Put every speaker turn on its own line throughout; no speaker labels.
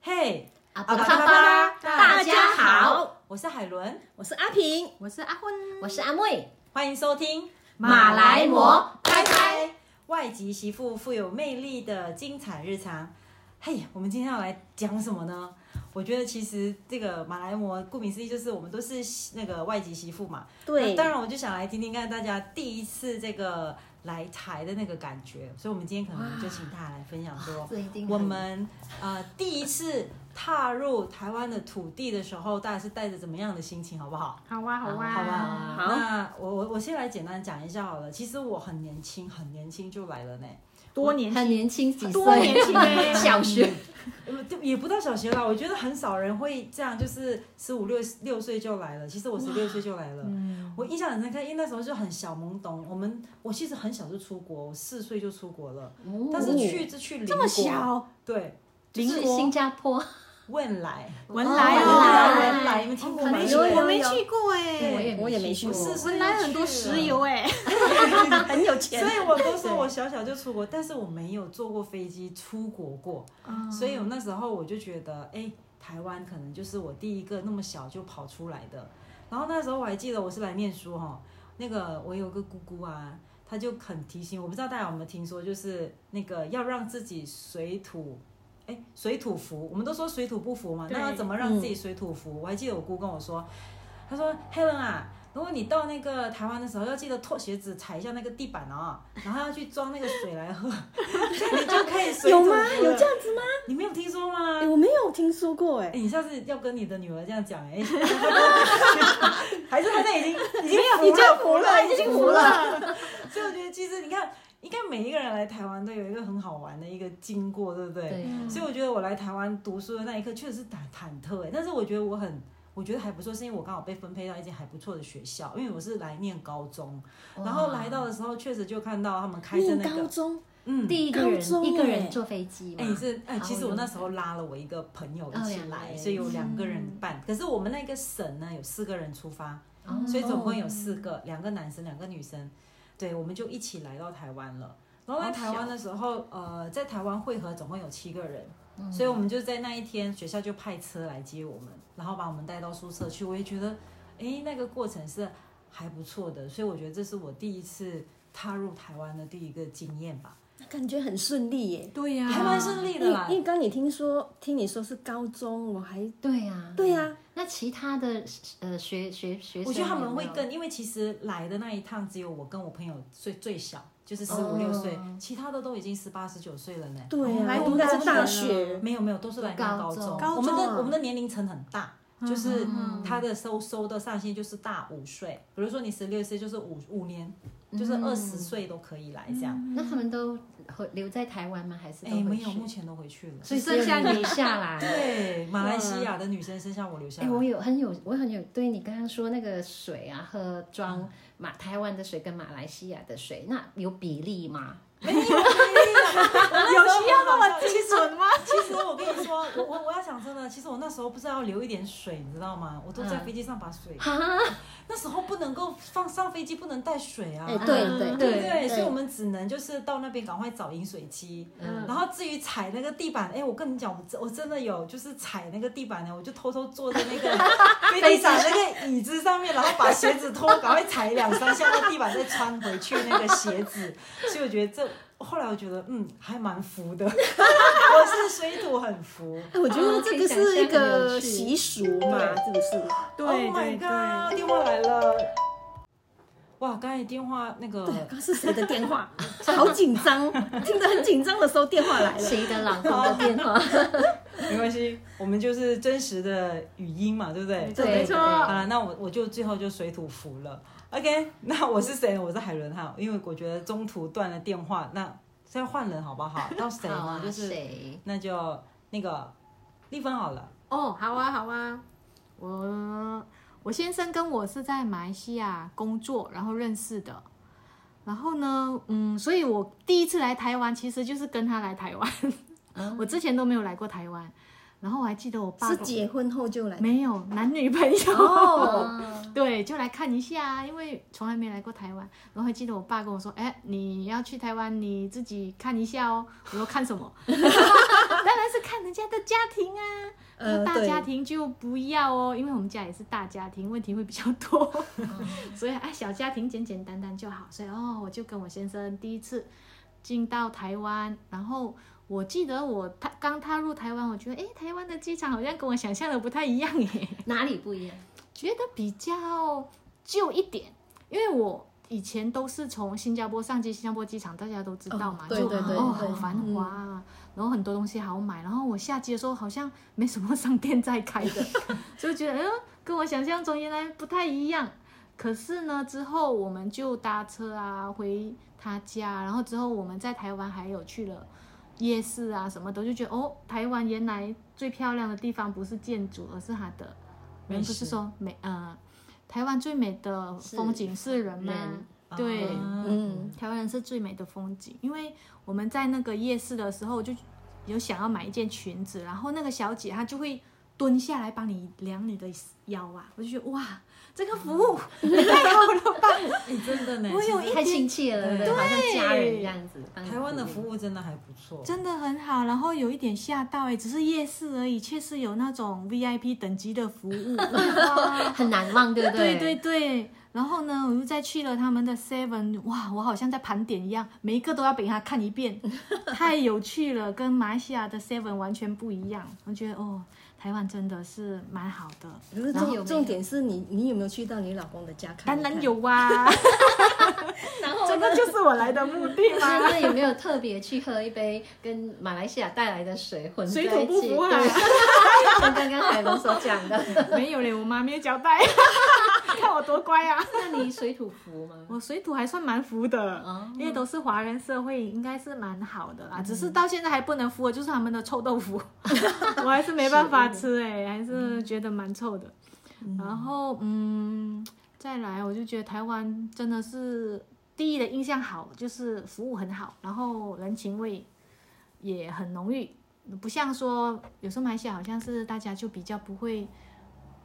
嘿，
阿
阿
布
巴
卡
卡
巴
巴，
大家好，，
我是海伦，
我是阿平，
我是阿昏，
我是阿妹，
欢迎收听
马来貘
开开外籍媳妇富有魅力的精彩日常。嘿，我们今天要来讲什么呢？我觉得其实这个马来貘，顾名思义就是我们都是那个外籍媳妇嘛。那
对，
当然我就想来听听看大家第一次这个来台的那个感觉，所以我们今天可能就请他来分享说，
这一定很
我们呃第一次踏入台湾的土地的时候，大家是带着怎么样的心情，好不好？
好啊好啊
好吧，
好
那我我我先来简单讲一下好了。其实我很年轻，很年轻就来了呢，
多年
很年轻，几岁？
多年轻欸
小学，
呃就也不到小学啦。我觉得很少人会这样，就是十五六六岁就来了。其实我十六岁就来了，我印象很深刻，因为那时候就很小懵懂。我们我其实很小就出国，我四岁就出国了，
哦
嗯但是去是去邻国，
这么小，
对，
邻
是
国
新加 坡，
汶莱，
文
哦
莱
文
啊，
莱
汶莱，你们听过
哦
吗？
没
很
去，
有有
我没去过
对
哎，
我也没去
我
过，
四岁
文莱很多
就去了
石油哎，很有 钱
所以我都说我小小就出国，但是我没有坐过飞机出国过，嗯所以我那时候我就觉得，哎、台湾可能就是我第一个那么小就跑出来的。然后那时候我还记得我是来念书哈、那个我有个姑姑啊，她就很提醒我，我不知道大家有没有听说，就是那个要让自己水土。哎，水土服，我们都说水土不服嘛，那
对
要怎么让
嗯
自己水土服？我还记得我姑跟我说，她说 Helen 啊，如果你到那个台湾的时候，要记得脱鞋子踩一下那个地板哦，然后要去装那个水来喝， 这样你就可以水
有
土服
吗？
了
有这样子吗？
你没有听说吗
哎、？我没有听说过哎、
哎、你下次要跟你的女儿这样讲 哎、还是她在已经已经服了，服了，已经服了。 所以我觉得，其实你看，应该每一个人来台湾都有一个很好玩的一个经过，对不对？
对，
所以我觉得我来台湾读书的那一刻确实是忐忐忑哎，但是我觉得我很，我觉得还不错，是因为我刚好被分配到一间还不错的学校，因为我是来念高中，
哇
然后来到的时候确实就看到他们开着
念
那
高
个，
中，
嗯，
第一个
高中
人一个
欸
人坐飞机嘛
哎、，你是哎、
哦
其实我那时候拉了我一个朋友一起来，
哦
所以有两个人办。可是我们那个省呢，有四个人出发，
哦
所以总共有四个，两个男生，两个女生。对，我们就一起来到台湾了。然后在台湾的时候，呃，在台湾汇合总共有七个人，
嗯
所以我们就在那一天学校就派车来接我们，然后把我们带到宿舍去。我也觉得，哎，那个过程是还不错的，所以我觉得这是我第一次踏入台湾的第一个经验吧。
那感觉很顺利耶、
对
啊
呀、还蛮顺利的啦
因。因为刚你听说听你说是高中，我还
对呀，
对啊呀、
那其他的呃学学学生有没有，
我觉得他们会更，因为其实来的那一趟只有我跟我朋友最最小，就是十五六岁，其他的都已经十八十九岁了呢。
对呀、
来
啊，
读
读的
高
是大
中
学，
没有没有，都是来念高中。
高
中
我们
高中
的
啊
我们的年龄层很大，就是
嗯
他的收收的上限就是大五岁，比如说你十六岁就是五五年，就是
嗯
二十岁都可以来这样。
那他们都回留在台湾吗？还是
哎、
都回
没
去
有，目前都回去了。
嗯所以剩下你下 来。
对，马来西亚的女生剩下我留下
哎、
来。
我有很有，我很有对你刚刚说那个水啊，喝装马台湾的水跟马来西亚的水，那有比例吗？
有需要那么
精准吗？
其实我跟你说，我我我要讲真的，其实我那时候不知道要留一点水，你知道吗？我都在
嗯
飞机上把水，
哈，
那时候不能够放上飞机不能带水啊，
哎、对
嗯
对
对
对
不对？所以我们只能就是到那边赶快找饮水机。
嗯
然后至于踩那个地板，哎，我跟你讲，我真我真的有就是踩那个地板呢，我就偷偷坐在那 个飞机上那个椅子上面，然后把鞋子脱，赶快踩两三下那地板，再穿回去那个鞋子。所以我觉得这后来我觉得嗯还蛮服的， 我是水土很服。
哎、我觉得这个是一个习俗嘛，
对
是不是？
对
Oh my
对对，
god！电话来了。哇，刚才电话那个，
刚刚是谁的电话？好紧张，听得很紧张的时候电话来了。
谁的朗诵的电话？
没关系，我们就是真实的语音嘛，对不对？
对
没错
好了，那我我就最后就水土服了。OK，那 我是谁呢？我是海伦哈，因为我觉得中途断了电话，那再换人好不 好？到谁
好
呢
啊？，
就是
谁？
那就那个丽芬好了。
哦，好啊好啊，我我先生跟我是在马来西亚工作，然后认识的。然后呢，嗯，所以 我第一次来台湾，其实就是跟他来台湾。我之前都没有来过台湾，然后我还记得我爸
哦是结婚后就来
没有男女朋友，
哦，
对，就来看一下，因为从来没来过台湾。然后还记得我爸跟我说：“哎，你要去台湾，你自己看一下哦。”我说：“看什么？” 当然是看人家的家庭啊。
呃，
大家
对，
庭就不要哦，因为我们家也是大家庭，问题会比较多，
嗯
所以啊，小家庭简简单单就好。所以哦，我就跟我先生第一次进到台湾，然后我记得我踏刚踏入台湾，我觉得诶，台湾的机场好像跟我想象的不太一样诶，
哪里不一样？
觉得比较旧一点，因为我。以前都是从新加坡上机，新加坡机场大家都知道嘛，
哦对
就
对嗯
对
哦
对
很繁华、啊，然后很多东西好买。然后我下机的时候好像没什么商店在开 的，就觉得嗯，跟我想象中原来不太一样。可是呢，之后我们就搭车啊回他家，然后之后我们在台湾还有去了夜市啊什么的，就觉得哦，台湾原来最漂亮的地方不是建筑，而是它的
美
人不是
食
说美呃，台湾最美的风景是人吗？
人
对
啊
嗯，
台湾人是最美的风景，因为我们在那个夜市的时候就有想要买一件裙子，然后那个小姐她就会蹲下来帮你量你的腰啊，我就觉得哇，这个服务也太好了吧！
哎真的呢，
我有一
太亲切了，对不对，
对
好像家人这样子。帮你
台湾的服务真的还不错，
真的很好，然后有一点吓到哎、只是夜市而已，确实有那种 VIP 等级的服务， 哇
很难忘，对不
对
对
对对，然后呢，我又再去了他们的 Seven，哇，我好像在盘点一样，每一个都要给他看一 遍，太有趣了，跟马来西亚的 Seven 完全不一样。我觉得哦，台湾真的是蛮好的，
可是
然后有没有
重重点是你，你有没有去到你老公的家看
当
一看？
然有啊，
然后
这
呢
个就是我来的目的
那
嘛，
那有没有特别去喝一杯跟马来西亚带来的水混在一起？
水土不服啊
对，跟刚刚海伦所讲的，
没有嘞，我妈没有交代， 看我多乖啊。
那你水土服吗？
我水土还算蛮服的，
哦
嗯
因为都是华人社会，应该是蛮好的啦。只是到现在还不能服的就是他们的臭豆 腐，我还是没办法吃哎、还
嗯
是觉得蛮臭的。然后嗯，再来我就觉得台湾真的是第一的印象好，就是服务很好，然后人情味也很浓郁，不像说有时候马来西亚好像是大家就比较不会。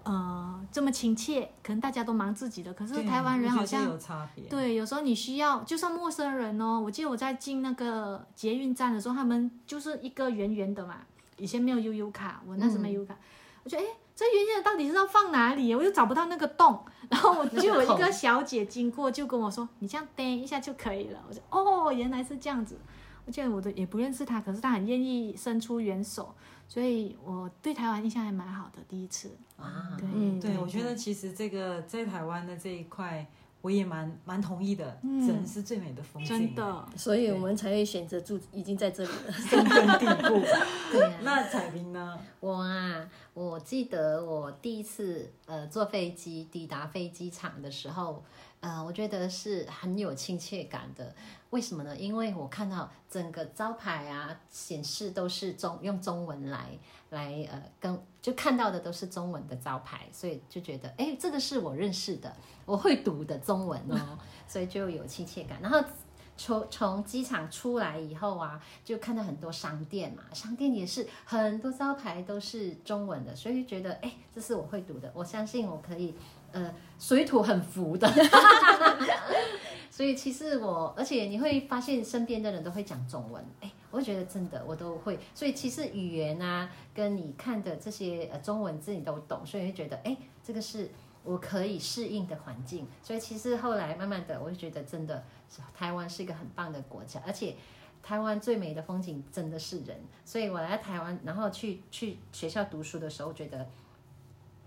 呃，这么亲切，可能大家都忙自己的，可是
对
台湾人
我觉
好
得
像
有差别，
对，有时候你需要，就算陌生人哦。我记得我在进那个捷运站的时候，他们就是一个圆圆的嘛，以前没有悠悠卡，我那时
嗯
没有悠悠卡，我觉得哎，诶这圆圆的到底是要放哪里？我又找不到那个洞，然后我
那个
就有一个
孔
小姐经过，就跟我说：“你这样颠一下就可以了。”我说：“哦，原来是这样子。”我记得我都也不认识她，可是她很愿意伸出援手，所以我对台湾印象还蛮好的。第一次，
哇，
对，
嗯
对，我觉得其实这个在台湾的这一块，我也蛮蛮同意的，
嗯
人是最美的风景，啊
真的。
所以我们才会选择住已经在这里了。
根深蒂固。
对啊
那彩萍呢？
我啊，我记得我第一次呃坐飞机抵达飞机场的时候，呃，我觉得是很有亲切感的。为什么呢？因为我看到整个招牌啊显示都是中用中文来来呃跟就看到的都是中文的招牌，所以就觉得哎，诶这个是我认识的，我会读的中文哦，所以就有亲切感。然后从从机场出来以后啊，就看到很多商店嘛，商店也是很多招牌都是中文的，所以就觉得哎，这是我会读的，我相信我可以，呃，水土很服的。 所以其实我，而且你会发现身边的人都会讲中文，哎，我会觉得真的我都会，所以其实语言啊，跟你看的这些呃中文字你都懂，所以会觉得哎，这个是。我可以适应的环境，所以其实后来慢慢的，我就觉得真的是台湾是一个很棒的国家，而且台湾最美的风景真的是人，所以我来台湾，然后去去学校读书的时候，觉得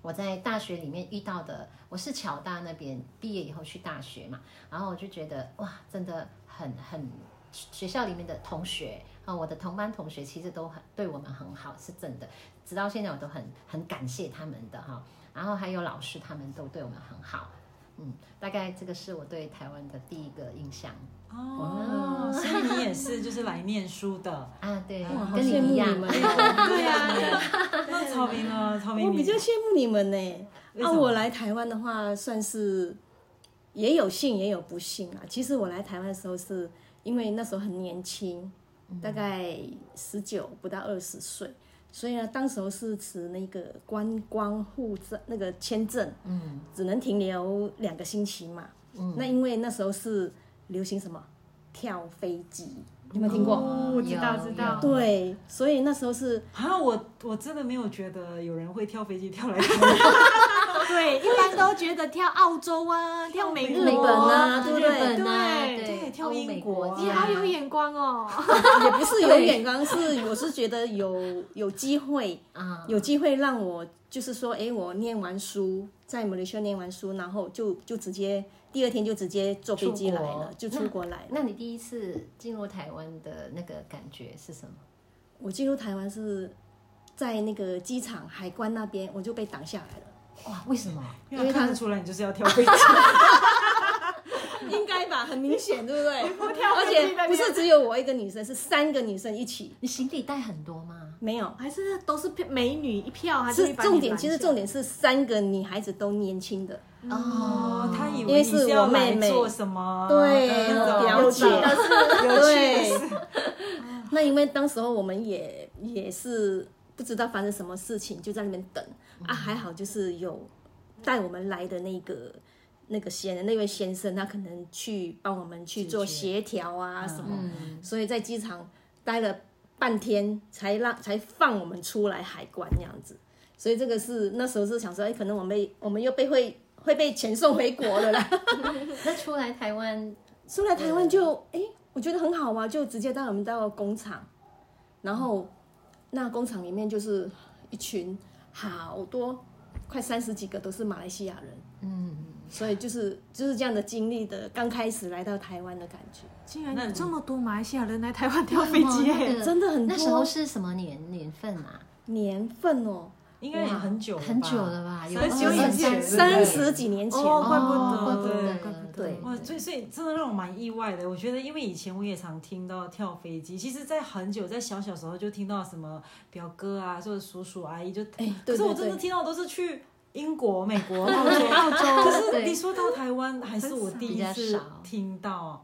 我在大学里面遇到的，我是侨大那边毕业以后去大学嘛，然后我就觉得哇，真的很很学校里面的同学啊，我的同班同学其实都很对我们很好，是真的，直到现在我都很很感谢他们的哈、然后还有老师，他们都对我们很好，嗯，大概这个是我对台湾的第一个印象
哦，所以你也是就是来念书的，
啊，对，
哇好
跟你
羡慕
一样
你。们
对呀。那曹萍呢？曹萍
我
你
比较羡慕你们呢。
为
啊，
什么
我来台湾的话，算是也有幸也有不幸啊。其实我来台湾的时候是，
嗯
因为那时候很年轻，大概十九不到二十岁，所以呢，当时候是持那个观光护照那个签证，嗯，只能停留两个星期嘛。嗯，那因为那时候是流行什么跳飞机，你有没有听过？
哦，知道
有
知道，
有
对，所以那时候是
啊，我我真的没有觉得有人会跳飞机跳来跳
对，一般都觉得跳澳洲啊，跳美
日本
国
啊对不
日
对
本啊，
对
对
对，
跳
欧
英
美
国
国
啊
你
家
好有眼光哦。
也不是有眼光，是我是觉得有有机会，
啊，
有机会让我就是说，诶，我念完书，在马来西亚念完书，然后就就直接第二天就直接坐飞机来了，
出
就
国
出国来了。
那你第一次进入台湾的那个感觉是什么？
我进入台湾是在那个机场海关那边，我就被挡下来了，
哇，为什么？
因为看得出来你就是要跳飞机。
应该吧，很明显，对不 对？而
飞机的
且不是只有我一个女生，是三个女生一起，
你行李带很多吗？
没有。
还是都是美女一票，还
是
一般
重点，
女
其实
篮球
重点是三个女孩子都年轻的，
哦，他以
因
为
为
你
是
要
我妹
来
妹
做什么？
对
嗯那种
我了解
有趣的事，有趣的事。
那因为当时候我们也也是不知道发生什么事情，就在那边等啊，还好就是有嗯带我们来的那个那个先那位先生，他可能去帮我们去做协调啊什么，
嗯，
所以在机场待了半天才让才放我们出来海关这样子，所以这个是那时候是想说，哎，可能我们被我们又被会会被遣送回国了啦。
那出来台湾，
出来台
嗯
湾就哎、诶我觉得很好啊，就直接带我们到工厂，然后那工厂里面就是一群好多，快三十几个都是马来西亚人，
嗯，
所以就是就是这样的经历的，刚开始来到台湾的感觉，
竟然
那
有
你
这么多马来西亚人来台湾跳飞机
哇那
嗯
耶！
个
真的很多。
那时候是什么年年份啊？
年份哦，
应该也很久了吧
很久了吧？有
三
十
年前，
二
三
三
十几年前，
哦怪不
哦
得
怪不得，
对
怪不得
对
哇，所以所以真的让我蛮意外的。我觉得，因为以前我也常听到跳飞机，其实，在很久，在小小时候就听到什么表哥啊，或者叔叔阿姨就，
哎，
可
对
是我
对
真的
对，
听到都是去英国、美国、澳洲、澳洲。 可是你说到台湾，还是我第一
比较
次
少
听到。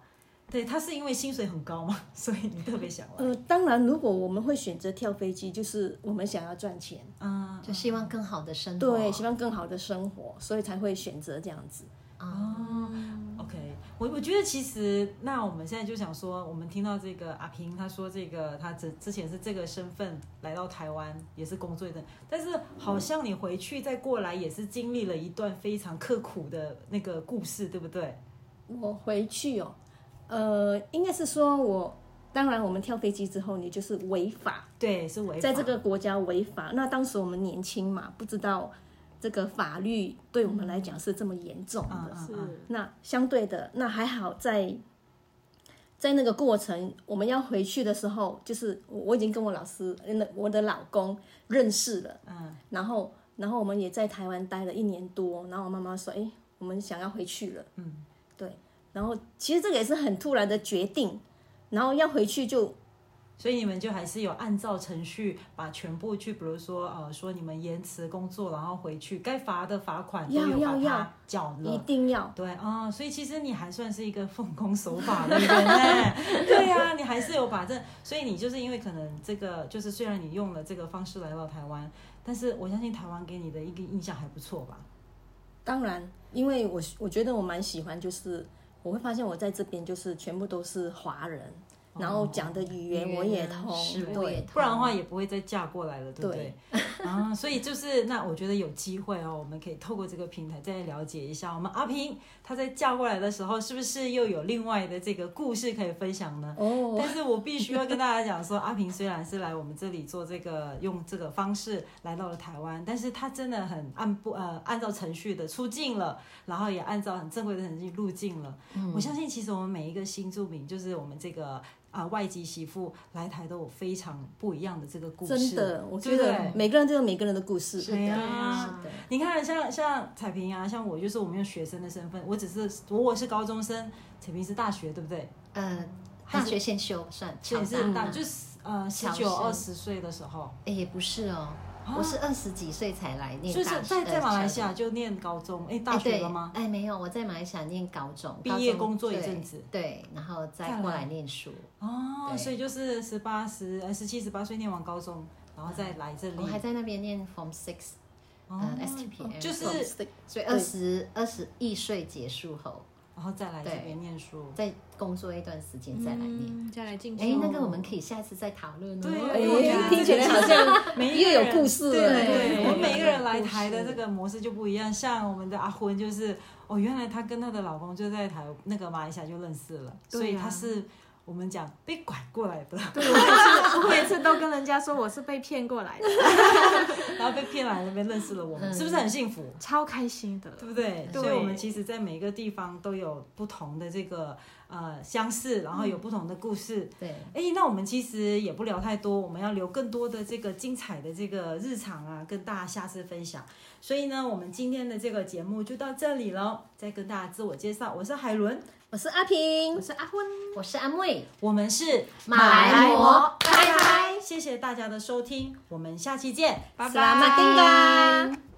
对，他是因为薪水很高嘛，所以你特别想来。
呃，当然，如果我们会选择跳飞机，就是我们想要赚钱，
嗯，
呃就希望更好的生活。
对，希望更好的生活，所以才会选择这样子。
啊，
嗯
OK，我我觉得其实那我们现在就想说，我们听到这个阿平他说这个他之之前是这个身份来到台湾也是工作的，但是
嗯
好像你回去再过来也是经历了一段非常刻苦的那个故事，对不对？
我回去哦，呃，应该是说我，当然我们跳飞机之后，你就是违法，
对，是违法。
在这个国家违法。那当时我们年轻嘛，不知道这个法律对我们来讲是这么严重
啊
的。
啊
是
啊，
那相对的，那还好在。在那个过程，我们要回去的时候，就是我我已经跟我老师，那我的老公认识了，
嗯，
然后，然后我们也在台湾待了一年多，然后我妈妈说：“哎，我们想要回去了。”
嗯，
对。然后其实这个也是很突然的决定，然后要回去就
所以你们就还是有按照程序把全部去，比如说呃，说你们延迟工作，然后回去该罚的罚款都
要
有把
要
它
要
缴了。
一定要。
对啊、所以其实你还算是一个奉公守法的人呢。对呀、你还是有把这，所以你就是因为可能这个，就是虽然你用了这个方式来到台湾，但是我相信台湾给你的一个印象还不错吧？
当然，因为我我觉得我蛮喜欢，就是我会发现我在这边就是全部都是华人，然后讲的语言我也通，
食物也
对，
通，
不然的话也不会再嫁过来了，对不对？啊，所以就是那我觉得有机会哦，我们可以透过这个平台再了解一下，我们阿平她在嫁过来的时候，是不是又有另外的这个故事可以分享呢？
哦，
但是我必须要跟大家讲说，阿平虽然是来我们这里做这个用这个方式来到了台湾，但是他真的很按不呃按照程序的出境了，然后也按照很正规的程序入境了。
嗯
我相信其实我们每一个新住民，就是我们这个啊、外籍媳妇来台都有非常不一样的这个故事。
真的，我
对
觉
不
得
对
每个人都有每个人的故事。
是的，
哎
啊是
呀
的，
你看，像像彩萍啊，像我就是我们用学生的身份，我只是我是高中生，彩萍是大学，对不对？
呃，
还
大
是
学先修算，
所以
乔
是
大
大
嘛
就是呃十
侨
九
生
二十岁的时候。
哎，也不是哦，我是二十几岁才来念
就
大
啊
学，呃
是在在马来西
亚
亚就念高中，哎，大学了吗？
哎，没有，我在马来西亚念高中，
毕业
高中
工作一
对
阵子
对，然后再
再
过
来
来念书，
哦，
对
所以就是十八、十呃十七、十八岁念完高中，然然后再来这里
我，还在那边念 Form Six，
哦
呃 STPM，
就是，
所以二十二十一岁结束后，
然后再来这
对
边念书。
再工作一段时间再来念。
嗯，再来进修。
哎，那个我们可以下次再讨论哦。
对啊，
哎
因为我觉得
听起来好 像
每一
又
个
有
人
故事
对
了
对，
对
我们每一个人来
有故
台的
事
这个模式就不一样。像我们的阿婚就是，哦，原来她跟她的老公就在台那个马来西亚就认识了，
对
所以
啊
她是我们讲被拐过来的，
对， 我每次我每次都跟人家说我是被骗过来的，
然后被骗来那边认识了我们，
嗯
是不是很幸福？
超开心的。
对不对？
对
所以，我们其实，在每一个地方都有不同的这个呃相似，然后有不同的故事。
嗯对，
哎，那我们其实也不聊太多，我们要留更多的这个精彩的这个日常啊，跟大家下次分享。所以呢，我们今天的这个节目就到这里了，再跟大家自我介绍，我是海伦，
我是阿平
我，是阿昏，
我是安慰，
我们是
马来
貘
拜拜，谢谢大家的收听，我们下期见，拜拜，
马丁嘎。